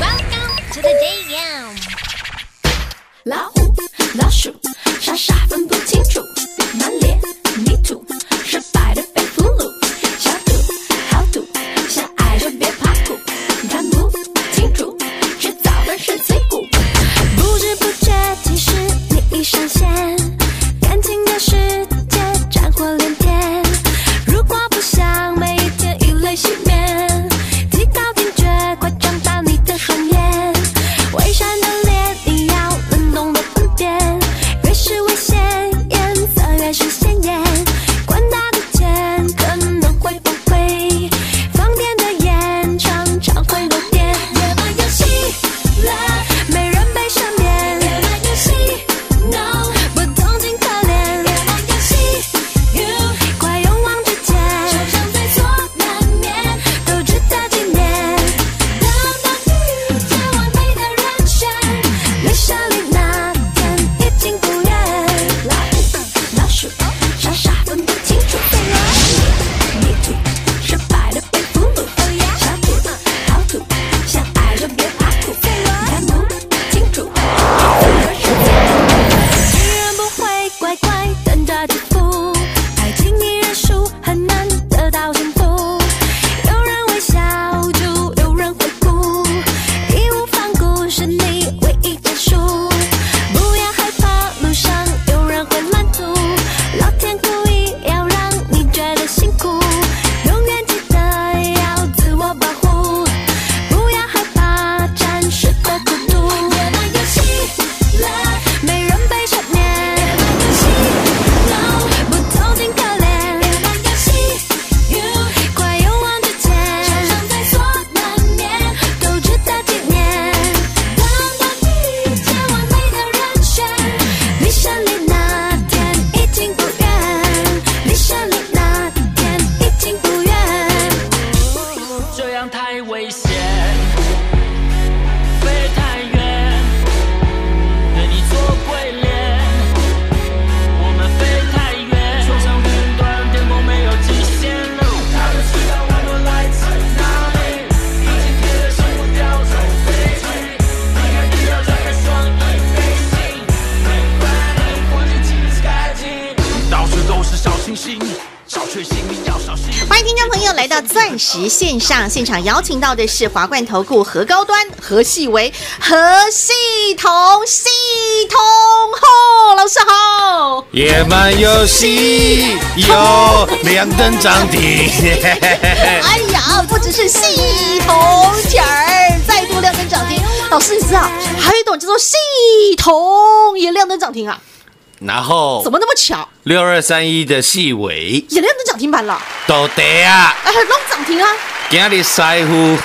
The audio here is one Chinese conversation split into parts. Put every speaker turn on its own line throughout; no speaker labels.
Welcome to the day yam。老虎、老鼠，傻傻分不清楚，满脸泥土，失败的被俘虏。小赌豪赌，相爱就别怕苦，看不清楚，迟早的是脆骨。不知不觉，其实你已上线，感情的世界战火连天。如果不想每一天以泪洗面，提高警觉，快张大你的双眼。伪善的脸，你要能懂得分辨，越是危险，颜色越是鲜艳。宽大的肩可能会崩溃，放电的眼常常会漏电。夜晚游戏了，没人陪身边。夜晚游戏，no，不懂尽可怜。夜晚游戏，you，快勇往直前。受伤在所难免，都值得纪念。等等，最完美的人选，离手里那天已经不远。老虎、老鼠，傻傻分不清楚。泥土，失败的被俘虏。小土，好土，相爱就别怕苦。看不清楚，这是最女人不会乖乖等着祝福，爱情已认输，很难得到幸福。有人微笑，就有人会哭，义无反顾是你唯一战术。不要害怕，路上有人会拦阻，老天故意要让你觉得辛苦。永远记得要自我保护，不要害怕暂时的孤独。夜晚游戏了，没人陪缠绵。夜晚游戏，no，不懂尽可怜。夜晚游戏，you，快勇往直前。受伤在所难免，都值得纪念。等到遇见完美的人选，离胜利那天已经不远，离胜利那天已经不远。
这样太危险，飞太远，对你做鬼脸，我们飞太远，冲上云端，天空没有极限。他们知道我们来自哪里，已经贴着生活叼走飞去，你看你要张开双翼飞行，没关系，我是金丝盖金，到处都是小星星，小确幸你要小心。
欢迎听众朋友来到钻石线上现场，邀请到的是华冠投顾何高端、何细维、何系统系统后，老师好。
野蛮游戏有亮灯涨停，
哎呀，不只是系统卷儿再度亮灯涨停，老师你知道还有一种叫做系统也亮灯涨停啊？
然后
怎么那么巧
六二三一的细尾
也亮灯涨停板了？
豆得啊，
哎，弄涨停啊！
今日师傅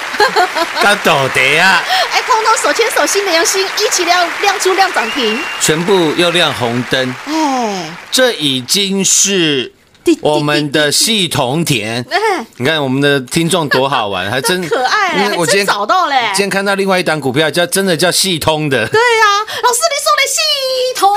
跟豆得啊，
哎，通通手牵手心连心，一起亮亮出亮涨停，
全部又亮红灯，
哎，
这已经是
滴滴滴
我们的系统田。
哎，
你看我们的听众多好玩，还真
可爱嘞
因为我
还
今
真
天
找到嘞
今天看到另外一档股票叫真的叫系通的，
对呀、老师你送的系统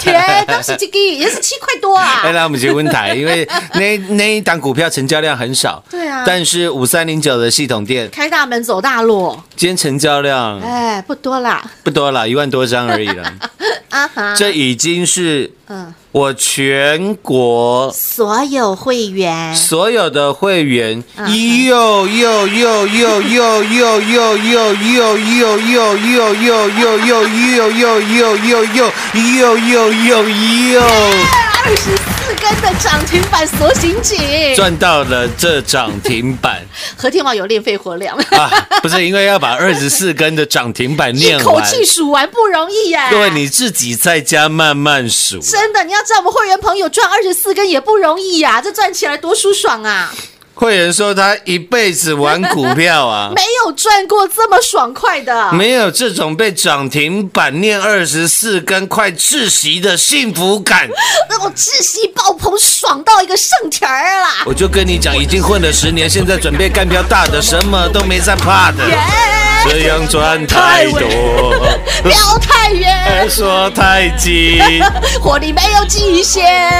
铁当时这个也是七块多啊
哎，，那我们结婚台，因为 那那一档股票成交量很少，
对啊
但是五三零九的系统店
开大门走大路，
今天成交量
哎，不多啦，
不多了，一万多张而已了，
啊哈，
这已经是
嗯，
我全国
所有会员
所有的会员
嗯
又又又又又又又又又又又又又又又又又又又又又又又又
二十四根的涨停板锁行警，
赚到了这涨停板。
和天王有练肺活量，
啊，不是因为要把二十四根的涨停板
一
念
口
完，
气数完不容易呀、
各位你自己在家慢慢数。嗯
真的，你要知道我们会员朋友赚二十四根也不容易呀、这赚起来多舒爽啊！
会员说他一辈子玩股票啊，
没有赚过这么爽快的。
没有这种被涨停板念二十四根快窒息的幸福感。
那我窒息爆棚，爽到一个圣甜儿啦！
我就跟你讲，已经混了十年，现在准备干票大的，什么都没在怕的。
哎，
这样赚太多，
聊太远，
说太急。
火力没有极限。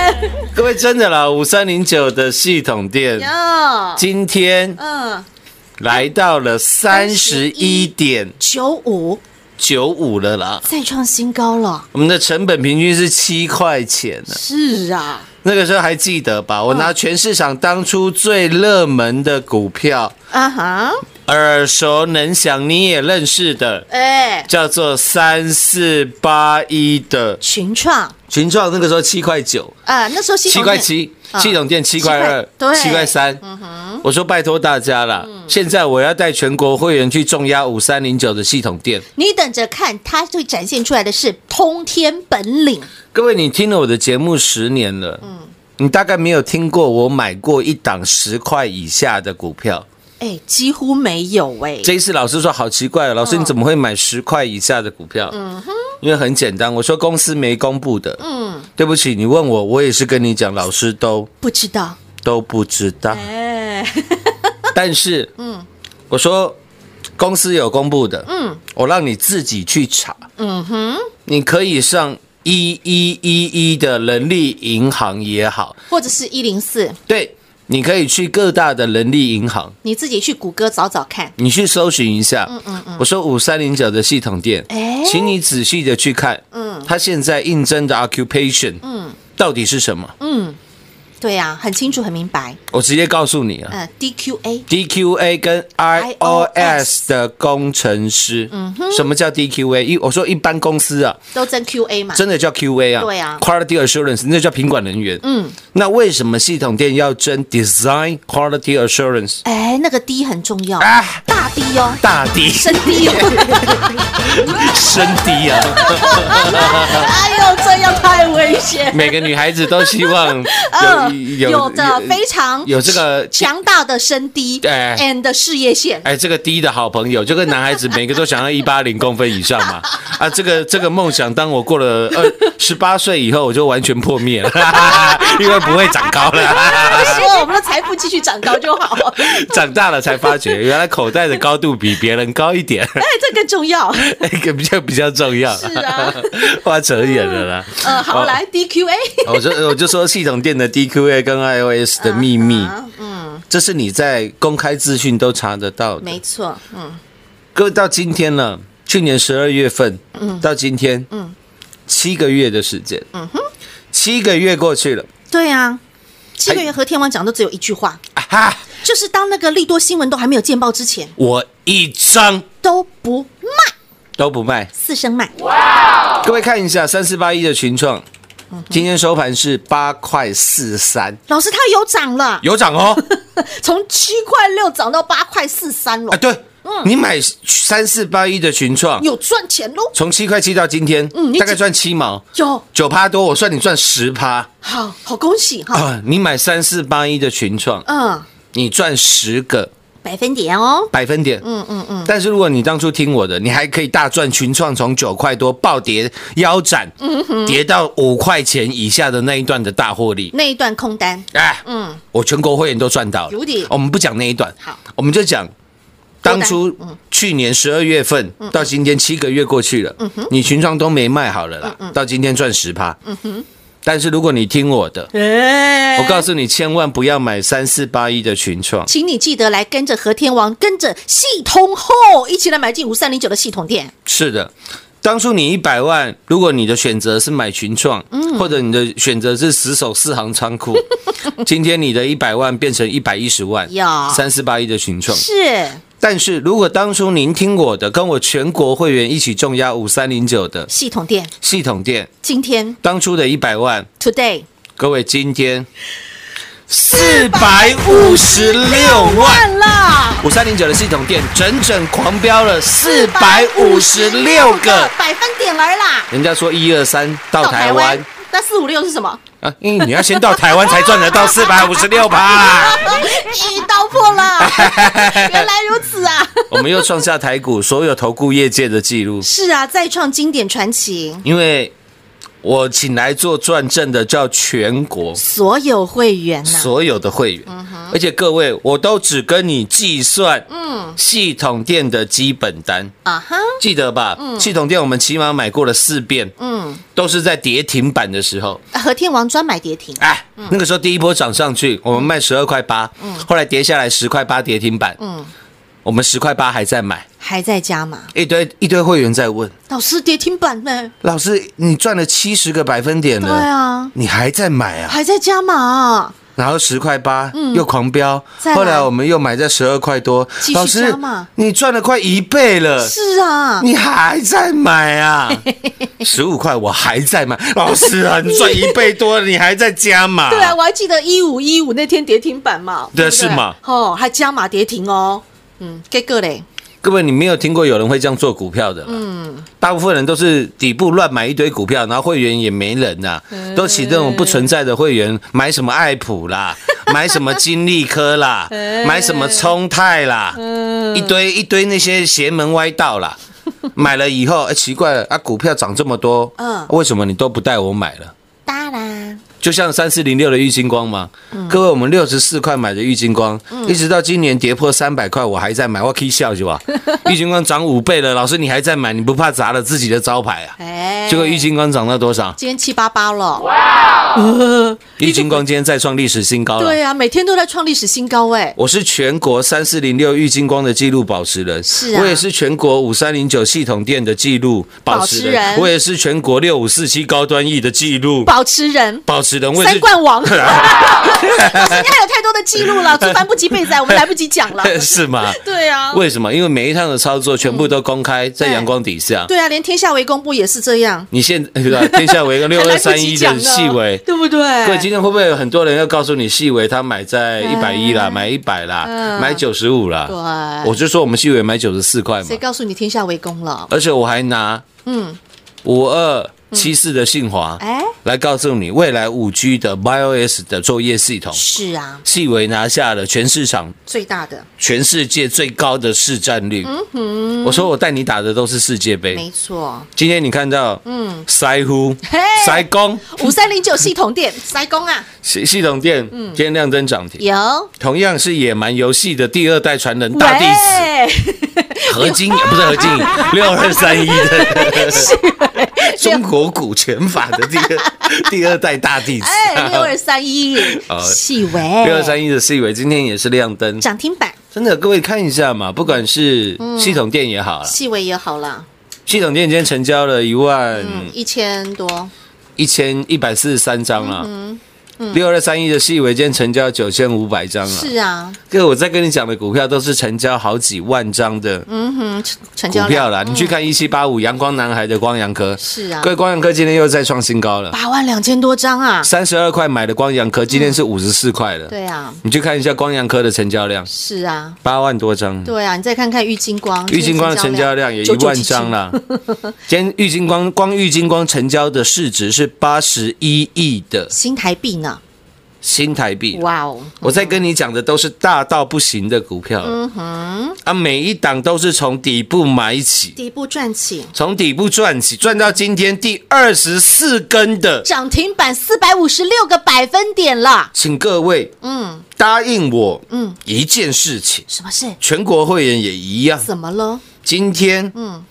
各位真的啦，五三零九的系统店
呀，
今天
嗯，
来到了三十一点
九五
九五了啦。
再创新高了。
我们的成本平均是七块钱呢、
是啊，
那个时候还记得吧？我拿全市场当初最热门的股票，
啊哈，
耳熟能详，你也认识的，
哎，
叫做三四八一的
群创，
群创，那个时候七块九，
啊，那时候系统
七块七
啊，
系统店嗯七块嗯
7
二，
对
七块三。我说拜托大家啦，现在我要带全国会员去重压五三零九的系统店。
你等着看，它会展现出来的是通天本领。
各位，你听了我的节目十年了，你大概没有听过我买过一档十块以下的股票。
哎，几乎没有哎、
这一次老师说好奇怪哦，老师你怎么会买十块以下的股票？因为很简单，我说公司没公布的。对不起，你问我，我也是跟你讲，老师都
不知道。
都不知道。
哎，
但是，我说公司有公布的，我让你自己去查，嗯哼，你可以上一一一一的人力银行也好，
或者是一零四，
对，你可以去各大的人力银行，
你自己去谷歌找找看。
你去搜寻一下，嗯嗯嗯，我说五三零九的系统店，
哎
请你仔细的去看，嗯，它现在应征的 occupation，嗯，到底是什么？
对呀、很清楚，很明白。
我直接告诉你啊，
呃，DQA
DQA 跟
iOS
iOS 的工程师，
嗯
什么叫 DQA？一我说一般公司啊，
都真 QA 嘛，
真的叫 QA 啊，
对啊
，Quality Assurance 那叫品管人员。嗯，那为什么系统店要争 Design Quality Assurance？
哎，那个 D 很重要，
啊，
大 D 哦，
大低
真 D 哦。
深低 啊，
哎呦，这样太危险。呃
每个女孩子都希望有有
嗯有的非常
有这个
强大的身低
哎
，and 事业线，
哎，这个低的好朋友，就跟男孩子每个都想要一八零公分以上 嘛。啊，这个这个梦想，当我过了二十八岁以后，我就完全破灭了， 因为不会长高 了。
希望我们的财富继续长高就 好。哎
长大了才发觉，原来口袋的高度比别人高一 点，
哎，这更重 要。
那个比较比较重要。
是啊，
花扯远了啦。哦
呃，好，来 DQA，
我就我就说系统店的 DQA 跟 iOS 的秘密，
嗯
这是你在公开资讯都查得到的。
没错，嗯，
各位到今天了，去年十二月份，
嗯
到今天，七个月的时间，七个月过去了，
对啊，七个月和天王讲都只有一句话，
啊哈，
就是当那个利多新闻都还没有见报之前，
我一张
都不卖，
都不卖。
四声卖，哦
各位看一下三四八一的群创，
嗯
今天收盘是八块四三，
老师它有涨了，
有涨哦，
从七块六涨到八块四三
啊
了，
对，你买三四八一的群创，
嗯有赚钱喽，
从七块七到今天，
嗯你
大概
几
赚七毛。
有，
九趴多，我算你赚十趴
好好恭喜哈，
啊！ 你买三四八一的群创，
嗯，
你赚十个
百分点哦，
百分点。嗯嗯嗯。但是如果你当初听我的，你还可以大赚群创从九块多暴跌腰斩，跌到五块钱以下的那一段的大获利。
那一段空单，
哎，嗯，我全国会员都赚到了。哦
有点
我们不讲那一段，
好，
我们就讲当初去年十二月份到今天七个月过去了，你群创都没卖好了啦，到今天赚十趴，嗯哼。但是如果你听我的，
哎
我告诉你，千万不要买三四八一的群创。
请你记得来跟着和天王，跟着系统后一起来买进五三零九的系统店。
是的，当初你一百万，如果你的选择是买群创，或者你的选择是死守四行仓库，今天你的一百万变成一百一十万
呀，
三四八一的群创。
是
但是如果当初您听我的，跟我全国会员一起重压五三零九的
系统店，
系统店，
今天
当初的一百万，
today
各位今天四百五十六万。
换啦，
五三零九的系统店整整狂飙了四百五十六个，
百分点来啦，
人家说一二三到台湾，
那四五六是什么？
啊，因为你要先到台湾才赚得 到四百五十六趴。
一刀破 了，原来如此啊！
我们又创下台股所有投顾业界的记录，
是啊，再创经典传奇，
因为我请来做转正的叫全国
所有会员呐、
所有的会员，而且各位，我都只跟你计算，嗯，系统店的基本单，
啊哈，
记得吧？系统店我们起码买过了四遍，
嗯，
都是在跌停板的时候，
和天王专买跌停，
哎，那个时候第一波涨上去，我们卖十二块八，后来跌下来十块八跌停板，
嗯
我们十块八还在买，
还在加码，
一堆一堆会员在问
老师跌停板呢、
老师，你赚了七十个百分点了，
对啊
你还在买啊？
还在加码、
然后十块八，又狂飙，
嗯再来
后来我们又买在十二块多
继，续
老师
加嘛，
你赚了快一倍了。
是啊，
你还在买 啊？十五块我还在买，老师啊，你赚一倍多了，你还在加码？
对啊，我还记得一五一五那天跌停板嘛，
对啊
不
是嘛
哦，还加码跌停哦，嗯，给个嘞，
各位，你没有听过有人会这样做股票的？嗯，大部分人都是底部乱买一堆股票，然后会员也没人呐、都起这种不存在的会员，买什么爱普啦，买什么金利科啦，买什么聪泰啦，
嗯
一堆一堆那些邪门歪道啦。买了以后，哎、奇怪了啊，股票涨这么多，
嗯
为什么你都不带我买了？
当然，
就像三四零六的玉金光嘛，
嗯
各位，我们六十四块买的玉金光，一直到今年跌破三百块，我还在买，我可以笑 是吧？玉金光涨五倍了，老师你还在买，你不怕砸了自己的招牌啊？
哎，
结果玉金光涨到多少？
今天七八八了，
玉金光今天再创历史新高了。
对啊，每天都在创历史新高哎，
我是全国三四零六玉金光的纪录保持人，
是啊
我也是全国五三零九系统店的纪录保持
保持
人，
人
我也是全国六五四七高端 E 的纪录
保持人。
保持人，我也
三
是
冠 王，老师，你还有太多的记录了，祖凡不及备载，我们来不及讲了。
是吗？
对啊，
为什么？因为每一趟的操作全部都公开在阳光底下。
对啊，连天下为公布也是这样，
你现 对吧？天下 为一个六
还
二
来不
三
及
一
讲
的
呢
细微。
对不
各位，今
对？
天会不会有很多人要告诉你，细微他买在一百一啦，
嗯
买一百啦
嗯，
买九十五啦？
对
我就说我们细微买九十四块嘛
谁，告诉你天下为公了？
而且我还拿
嗯，
五二七四的信华
哎，
来告诉你，未来五 G 的 BIOS 的作业系统，
是啊，
细微拿下了全市场
最大的
全世界最高的市占率。
嗯
我说我带你打的都是世界杯，
没错，
今天你看到，嗯，塞呼、塞工
五三零九系统店塞工啊，
系系统店，
嗯
今天亮灯涨停，
有
同样是野蛮游戏的第二代传人大弟子
子，
合金，不是合 金，六二三一的 中国股权法的第 二第二代大弟子，
哎，六二三一
哦，
细微
六二三一的 C 位今天也是亮灯，
涨停板，
真的各位看一下嘛，不管是
嗯
系统店也好啦，
细微也好了，
系统店今天成交了一万
嗯，一千多，
一千一百四十三张啦。六二三一的细微今天成交九千五百张了，
是啊，
各位，我在跟你讲的股票都是成交好几万张的股
嗯哼，成成交
票
量
啦。你去看一七八五阳光男孩的光阳科，
是啊
各位光阳科今天又再创新高了，
八万两千多张啊，
三十二块买的光阳科今天是五十四块了。
对啊，
你去看一下光阳科的成交量，
是啊，
八万多张。
对啊，你再看看玉金光，
玉金光的成交量也一万张
了，
啦。今天玉金光光玉金光成交的市值是八十一亿的
新台币呢，
新台币。
哇哦，
我在跟你讲的都是大到不行的股票，嗯哼，啊，每一档都是从底部买起，
底部赚起，
从底部赚起，赚到今天第二十四根的，
涨停板四百五十六个百分点了，
请各位
嗯，
答应我，
嗯
嗯，一件事情，
什么事？
全国会员也一样，
怎么了？
今天，
嗯
嗯。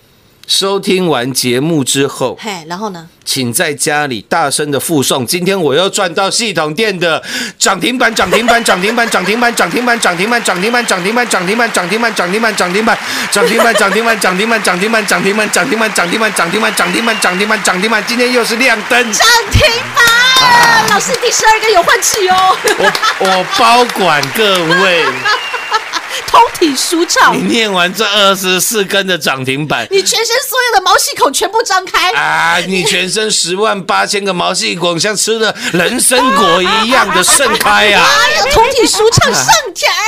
收听完节目之后，
嘿，然后呢？
请在家里大声的附送：今天我又赚到系统店的涨停板，涨停板，涨停板，涨停板，涨停板，涨停板，涨停板，涨停板，涨停板，涨停板，涨停板，涨停板，涨停板，涨停板，涨停板，涨停板，涨停板，涨停板，涨停板，涨停板，涨停板，涨停板，涨停板，今天又是亮灯，
涨停板，老师第十二个有换气哦，
我我包管各位，
通体舒畅
你，念完这二十四根的涨停板。
你全身所有的毛细孔全部张开，
啊！你全身十万八千个毛细孔，像吃了人参果一样的盛开啊！
哎呀，通 体舒畅，上节儿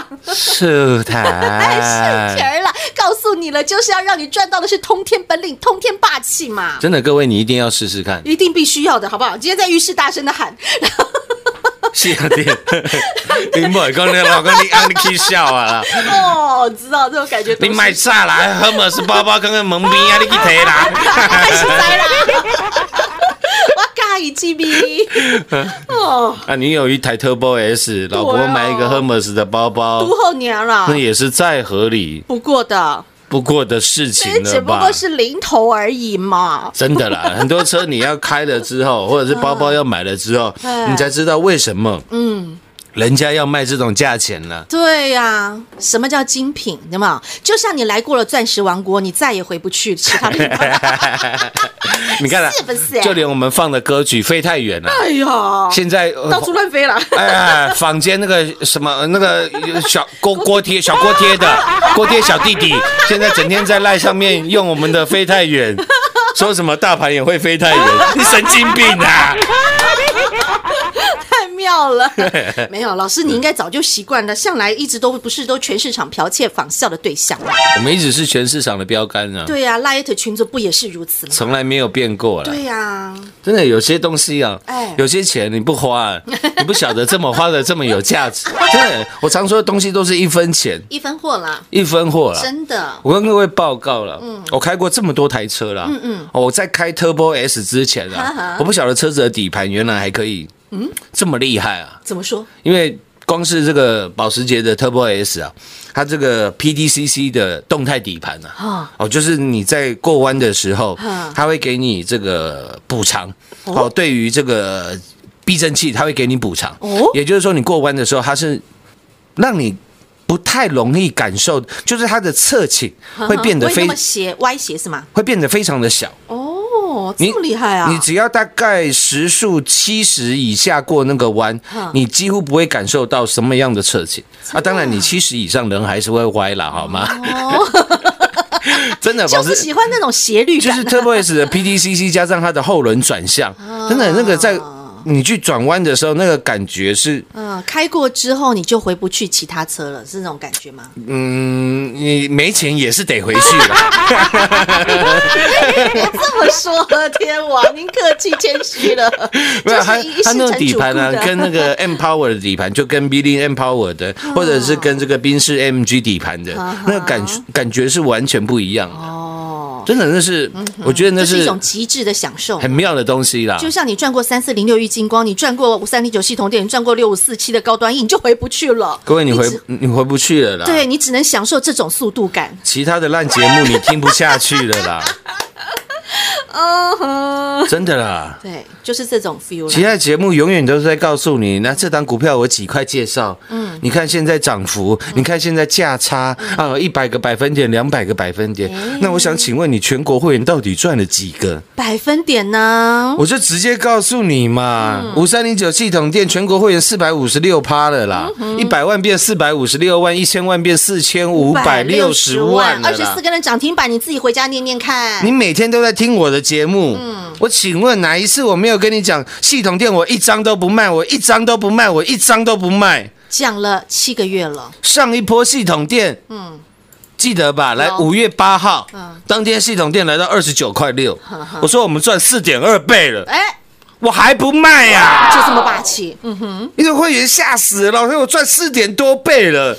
啦，哎
是的，
哎，上节儿啦！告诉诉你了，就是要让你赚到的是通天本领、通天霸气嘛，
真的，各位你一定要试试看
一定必须要的，好不好？今天在浴室大声的喊， 然后
是啊，对，你莫讲你老公你安你去笑啊啦，
哦，我知道这种感觉多
你
舒服，
买啥啦？赫姆斯包包刚刚门边啊，你去摕
太实
啦。
啊在啦，我尬一 G B，哦，
啊，你有一台 Turbo S，老婆买一个 Hermes 的包包
读，后年了
那，也是再合理
不过的，
不过的事
这
情
哎只
了
不
吧
过？是零头而已嘛，
真的 啦，很多车你要开了之后，或者是包包要买了之后，
嗯
你才知道为什么，嗯，人家要卖这种价钱了。
对呀、什么叫精品？对吗？就像你来过了钻石王国，你再也回不去其他地 方。
你看啦
是不是，啊
就连我们放的歌曲《飞太远》啊，
哎呀，
现在呃
到处乱飞 了。
哎，坊间那个什么呃那个小锅锅贴小锅贴的 锅贴小弟弟，现在整天在赖上面用我们的飞太 远，说什么大盘也会飞太远，你神经病 啊！
太妙 了！没有，老师你应该早就习惯了，向来一直都不是都全市场剽窃仿效的对象。
我们一直是全市场的标杆啊，
对呀、l i g h t 群组不也是如此吗？
从来没有变过啦。
对呀、
真的有些东西啊
哎，
有些钱你不花，你不晓得这么花的这么有价值。真的，我常说的东西都是一分钱
一分货啦，
一分货啦。
真的。嗯
我跟各位报告了，我开过这么多台车了，嗯嗯，我在开 Turbo S 之前
哈哈
啊，我不晓得车子的底盘原来还可以，嗯，这么厉害啊！
怎么说？
因为光是这个保时捷的 Turbo S 啊，它这个 PDCC 的动态底盘
啊
啊，哦，就是你在过弯的时候
哈，
它会给你这个补偿，哦，对于这个避震器，它会给你补偿
哦，
也就是说你过弯的时候，它是让你。不太容易感受，就是它的侧倾会变得
嗯会
非
那么斜歪斜是吗？
会变得非常的小。
哦，这么厉害啊！
你只要大概时速七十以下过那个弯
嗯，
你几乎不会感受到什么样的侧倾
的啊哦
啊。当然，你七十以上人还是会歪啦，好吗？ 真的，
就
保
是
时
喜欢那种斜率
就
感啊
是 Turbo S 的 PDCC 加上它的后轮转向，
嗯
真的那个在你去转弯的时候，那个感觉是，
嗯，开过之后你就回不去其他车了，是那种感觉吗？
嗯，你没钱也是得回去了。
别这么说，天王，您客气谦虚了。
没
就
有，
是
它
一
它那种底盘
呢
呢，，跟那个 M Power 的底盘，就跟 B D M Power 的，或者是跟这个宾士 M G 底盘的
啊哈，
那个感感觉是完全不一样的。
哦，
真的，那是我觉得那
这是一
是
种极致的享受
很。妙的东西啦。
就像你赚过三四零六玉金光，你赚过五三零九系统电，你赚过六五四七的高端 E，你就回不去了。
各位，你回
只
你回不去了啦。
对，你只能享受这种速度感。
其他的烂节目你听不下去了 啦，
嗯哼，
真的啦。
对，就是这种 feel
其
啦。
他的节目永远都是在告诉你，那这档股票我几块介绍，嗯，你看现在涨幅，
嗯
你看现在价差啊，一百个百分点，两百个百分点。那我想请问你，全国会员到底赚了几个？
百分点呢？
我就直接告诉你嘛，
嗯
五三零九系统店全国会员四百五十六趴了啦，
嗯
一百万变四百五十六万，一千万变四千五百六十万了
二十
啦
四。个人涨停板，你自己回家念念看。
你每天都在听我的节目，
嗯
我请问哪一次我没有跟你讲系统店我一张都不卖，我一张都不卖，我一张都不卖？
讲了七个月了，
上一波系统店，嗯，记得吧？来
有
五月八号
嗯，
当天系统店来到二十九块六
呵呵，
我说我们赚四点二倍了，
哎，
我还不卖 呀、
就这么霸气。嗯，
一个会员吓死了，老师，我赚四点多倍 了，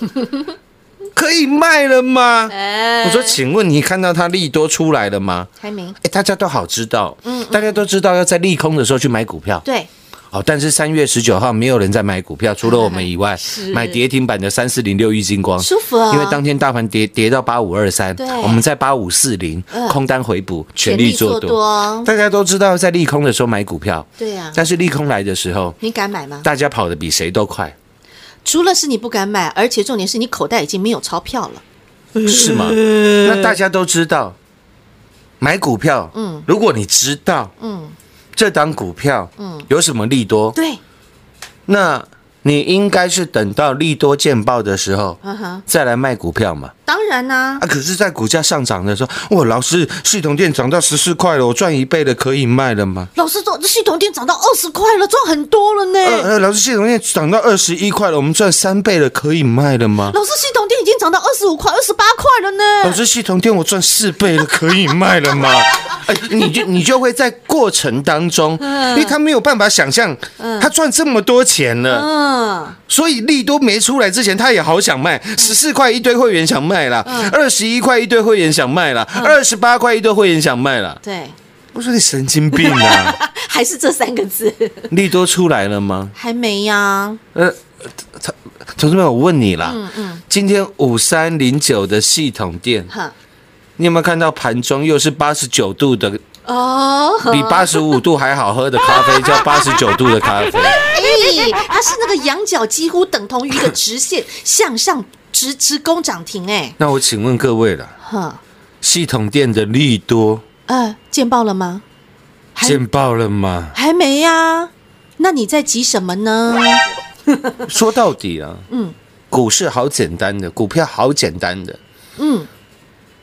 可以卖了吗？
哎，
我说，请问你看到它利多出来了吗？
开明，
哎，大家都好知道，大家都知道要在利空的时候去买股票，
嗯对，
哦，但是三月十九号没有人在买股票，
哎
除了我们以外，买跌停板的三四零六一金光，
舒服啊
因为当天大盘跌跌到八五二三
对，
我们在八五四零
嗯
空单回补，
全
全
力
力
做
做
多
多。大家都知道在利空的时候买股票，
对呀
但是利空来的时候，
你敢买吗？
大家跑得比谁都快，
除了是你不敢买，而且重点是你口袋已经没有钞票了。哎
是吗？那大家都知道，买股票，嗯，如果你知道，嗯，这档股票，嗯，有什么利多，
对，
那你应该是等到利多见报的时候
嗯哼
再来卖股票嘛。
当当然啦、
啊，可是，在股价上涨的时候，哇，老师，系统店涨到十四块了，我赚一倍了，可以卖了吗？
老师说这系统店涨到二十块了，赚很多了呢。
呃呃，老师，系统店涨到二十一块了，我们赚三倍了，可以卖了吗？
老师系统店已经涨到二十五块、二十八块了
老
呢。
师，系统店我赚四倍了，可以卖了吗？哎，你就你就会在过程当中，因为他没有办法想象，他赚这么多钱了，
嗯，
所以利多没出来之前，他也好想卖，十四块一堆会员想卖啦，二十一块一堆会员想卖啦，二十八块一堆会员想卖啦。
对，
我说你神经病啊！
还是这三个字，
利多出来了吗？
还没呀、
呃，同同志们，我问你啦，嗯嗯，今天五三零九的系统店，
哼，
你有没有看到盘中又是八十九度的，
哦，
比八十五度还好喝的咖啡，叫八十九度的咖啡？
哎，它是那个羊角几乎等同于一个直线向上直直攻涨停、哎，
那我请问各位了，
哼，
系统店的利多
呃，见报了吗？还
见报了吗？
还没呀、那你在急什么呢？
说到底啊，嗯，股市好简单的，股票好简单的，
嗯，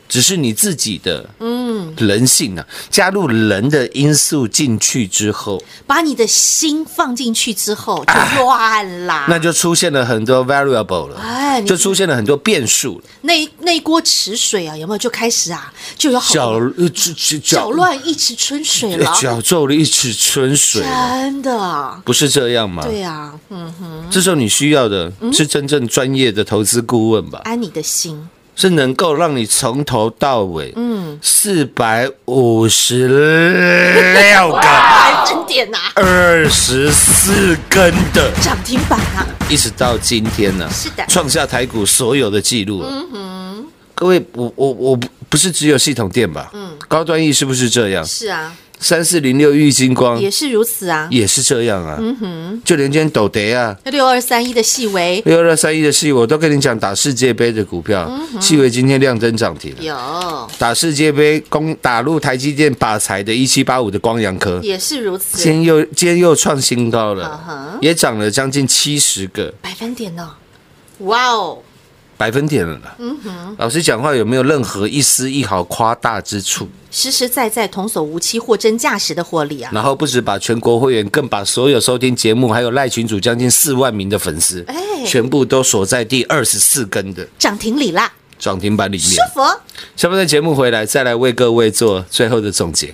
只是你自己的，嗯，人性啊，加入人的因素进去之后，
把你的心放进去之后就乱啦，
那就出现了很多 variable
啊哎
了，
你
就出现了很多变数了，
那一那一锅池水啊，有没有就开始啊，就有好
搅
多
呃搅
搅乱一池春水了
呃，搅皱了一池春水了，
真的，
不是这样吗？
对嗯啊，嗯，
这时候你需要的是真正专业的投资顾问吧，
安你的心，
是能够让你从头到尾，嗯，四百五十六个。
哎，真点呐、
二十四根的，
涨停板啊，
一直到今天呢、
是的
创下台股所有的记录了。嗯哼，各位，我我我不不是只有系统店吧？嗯，高端 E 是不是这样？
是啊，
三四零六玉金光
也是如此啊。
也是这样啊。嗯哼，就连今天斗德啊。
六二三一的细微
六二三一的戏，我都跟你讲，打世界杯的股票，细微今天亮灯涨停了。
有，
打世界杯攻打入台积电把财的一七八五的光阳科，
也是如
今
此，
天又今天又创新高了
啊哈
也涨了将近七十个
百分点呢、哇哦，
百分点了啦。
嗯
老师讲话有没有任何一丝一毫夸大之处？
实实在在童叟无欺、货真价实的获利啊！
然后不止把全国会员，更把所有收听节目还有赖群主将近四万名的粉丝，
哎
全部都锁在第二十四根的
涨停里啦，
涨停板里面
师。傅，
下半段节目回来，再来为各位做最后的总结。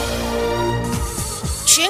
全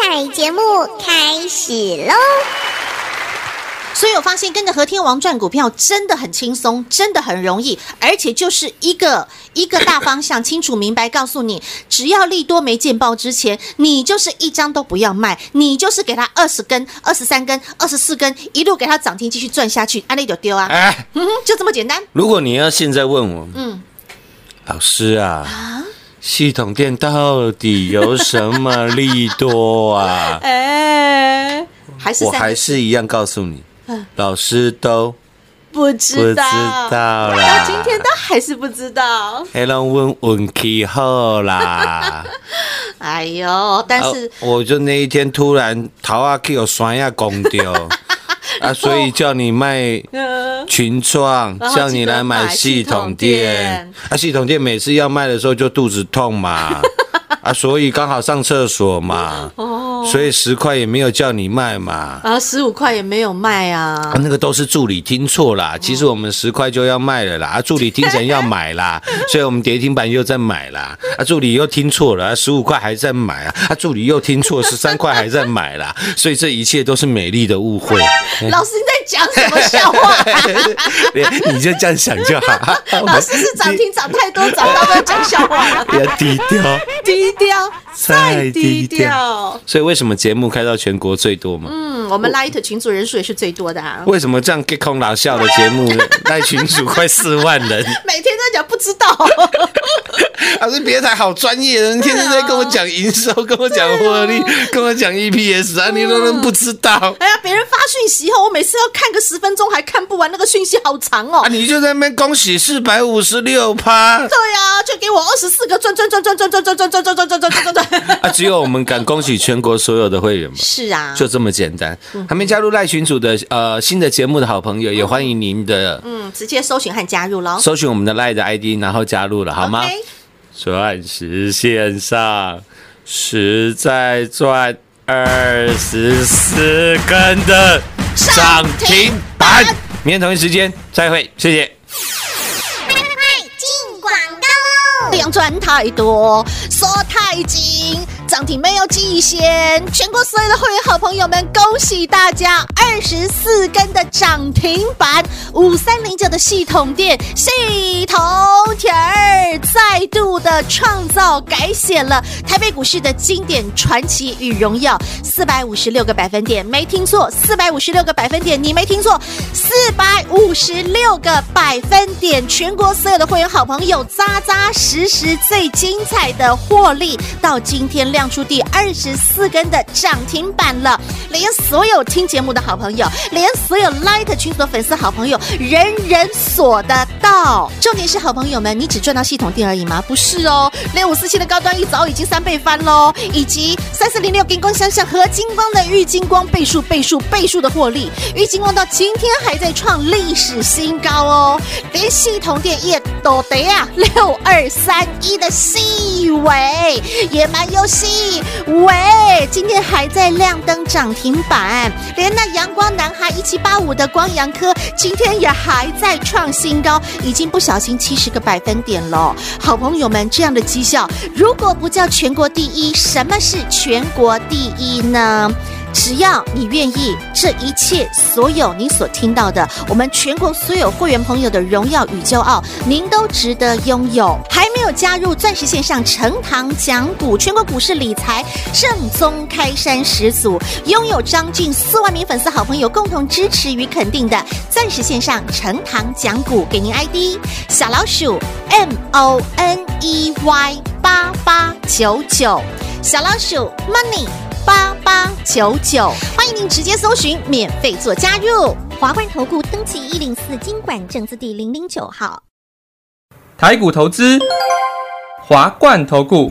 彩节目开始喽！
所以我发现跟着和天王赚股票真的很轻松，真的很容易，而且就是一个一个大方向清楚明白，告诉你，只要利多没见报之前，你就是一张都不要卖，你就是给它二十根、二十三根、二十四根，一路给它涨停继续赚下去，安利就丢啊，
哎，
嗯，就这么简单。
如果你要现在问我，
嗯，
老师啊，系统店到底有什么利多啊？
哎，还 是
我
三嗯
还是一样告诉你，老师都
不
不
知
知
道，
道
到
啦。
今天都还是不知道。
黑龙问运气好啦，
哎呦， 但是、
啊我就那一天突然头啊去有栓呀拱掉 啊，所以叫你卖
呃
群创
然后
叫你来买系统店
记得买系统店，
啊，系统店每次要卖的时候就肚子痛嘛，啊，所以刚好上厕所嘛，哦，所以十块也没有叫你卖嘛，
啊，十五块也没有卖啊
啊，，那个都是助理听错
哦
啦，其实我们十块就要卖了啦，啊，助理听成要买啦， 所以我们跌停板又在买啦，啊，助理又听错了，啊十五块还在买啊，啊，助理又听错，十三块还在买啦，所以这一切都是美丽的误 会，
老师你在讲什么笑话、
你就这样想就好。
老师是涨停涨太多，涨到都要讲笑话 了，
要低调，
低调再低调。。
所以为什么节目开到全国最多嘛？
嗯，我们 Light 群组人数也是最多的啊，
为什么这样 get 空老笑的节目， 那群主快四万人？
每天都讲不知道，
啊，这别台好专业的，人天天在跟我讲营收，跟我讲获利，
啊
跟我讲 EPS 啊，你都能不知道？
哎呀，别人发讯息后，我每次要看个十分钟还看不完，那个讯息好长哦
啊，。你就在那边恭喜四百五十六趴。
对呀、就给我二十四个转转转转转转转转转转转转转转转。
啊！只有我们敢恭喜全国所有的会员吗？
是啊，嗯
就这么简单。还没加入赖群组的呃新的节目的好朋友，也欢迎您的
嗯，直接搜寻和加入喽。
搜寻我们的赖的 ID，然后加入了，好吗
o？k
钻石线上实在赚二十四根的涨停板，明天同一时间再会，谢谢。
快进广告喽！
量赚太多，说太紧，涨停没有极限。全国所有的会员好朋友们，恭喜大家！二十四根的涨停板，五三零九的系统店系统铁儿再度的创造改写了台北股市的经典传奇与荣耀，四百五十六个百分点，没听错，四百五十六个百分点，你没听错，四百五十六个百分点，全国所有的会员好朋友扎扎实实最精彩的获利，到今天亮出第二十四根的涨停板了。连所有听节目的好朋友，连所有 Light 群组的粉丝好朋友，人人锁得到。重点是好朋友们，你只赚到系统店而已吗？不是哦，六五四七的高端一早已经三倍翻喽，以及三四零六金光相像和金光的玉金光倍数倍数倍数的获利，玉金光到今天还在创历史新高哦，连系统店也都得啊，六二三一的细尾野蛮游戏喂，今天还在亮灯涨停板，连那阳光男孩一七八五的光阳科今天也还在创新高，已经不小心七十个百分点了。好朋友们，这样的绩效如果不叫全国第一，什么是全国第一呢？只要你愿意，这一切所有你所听到的，我们全国所有会员朋友的荣耀与骄傲，您都值得拥有。还没有加入钻石线上成堂讲股，全国股市理财正宗开山始祖，拥有张俊四万名粉丝好朋友共同支持与肯定的钻石线上成堂讲股，给您 ID 小老鼠 M O N E Y 八八九九，小老鼠 Money 八八九九，欢迎您直接搜寻免费做加入。
华冠投顾登记一零四经管证字第零零九号。
台股投资，华冠投顾，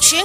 全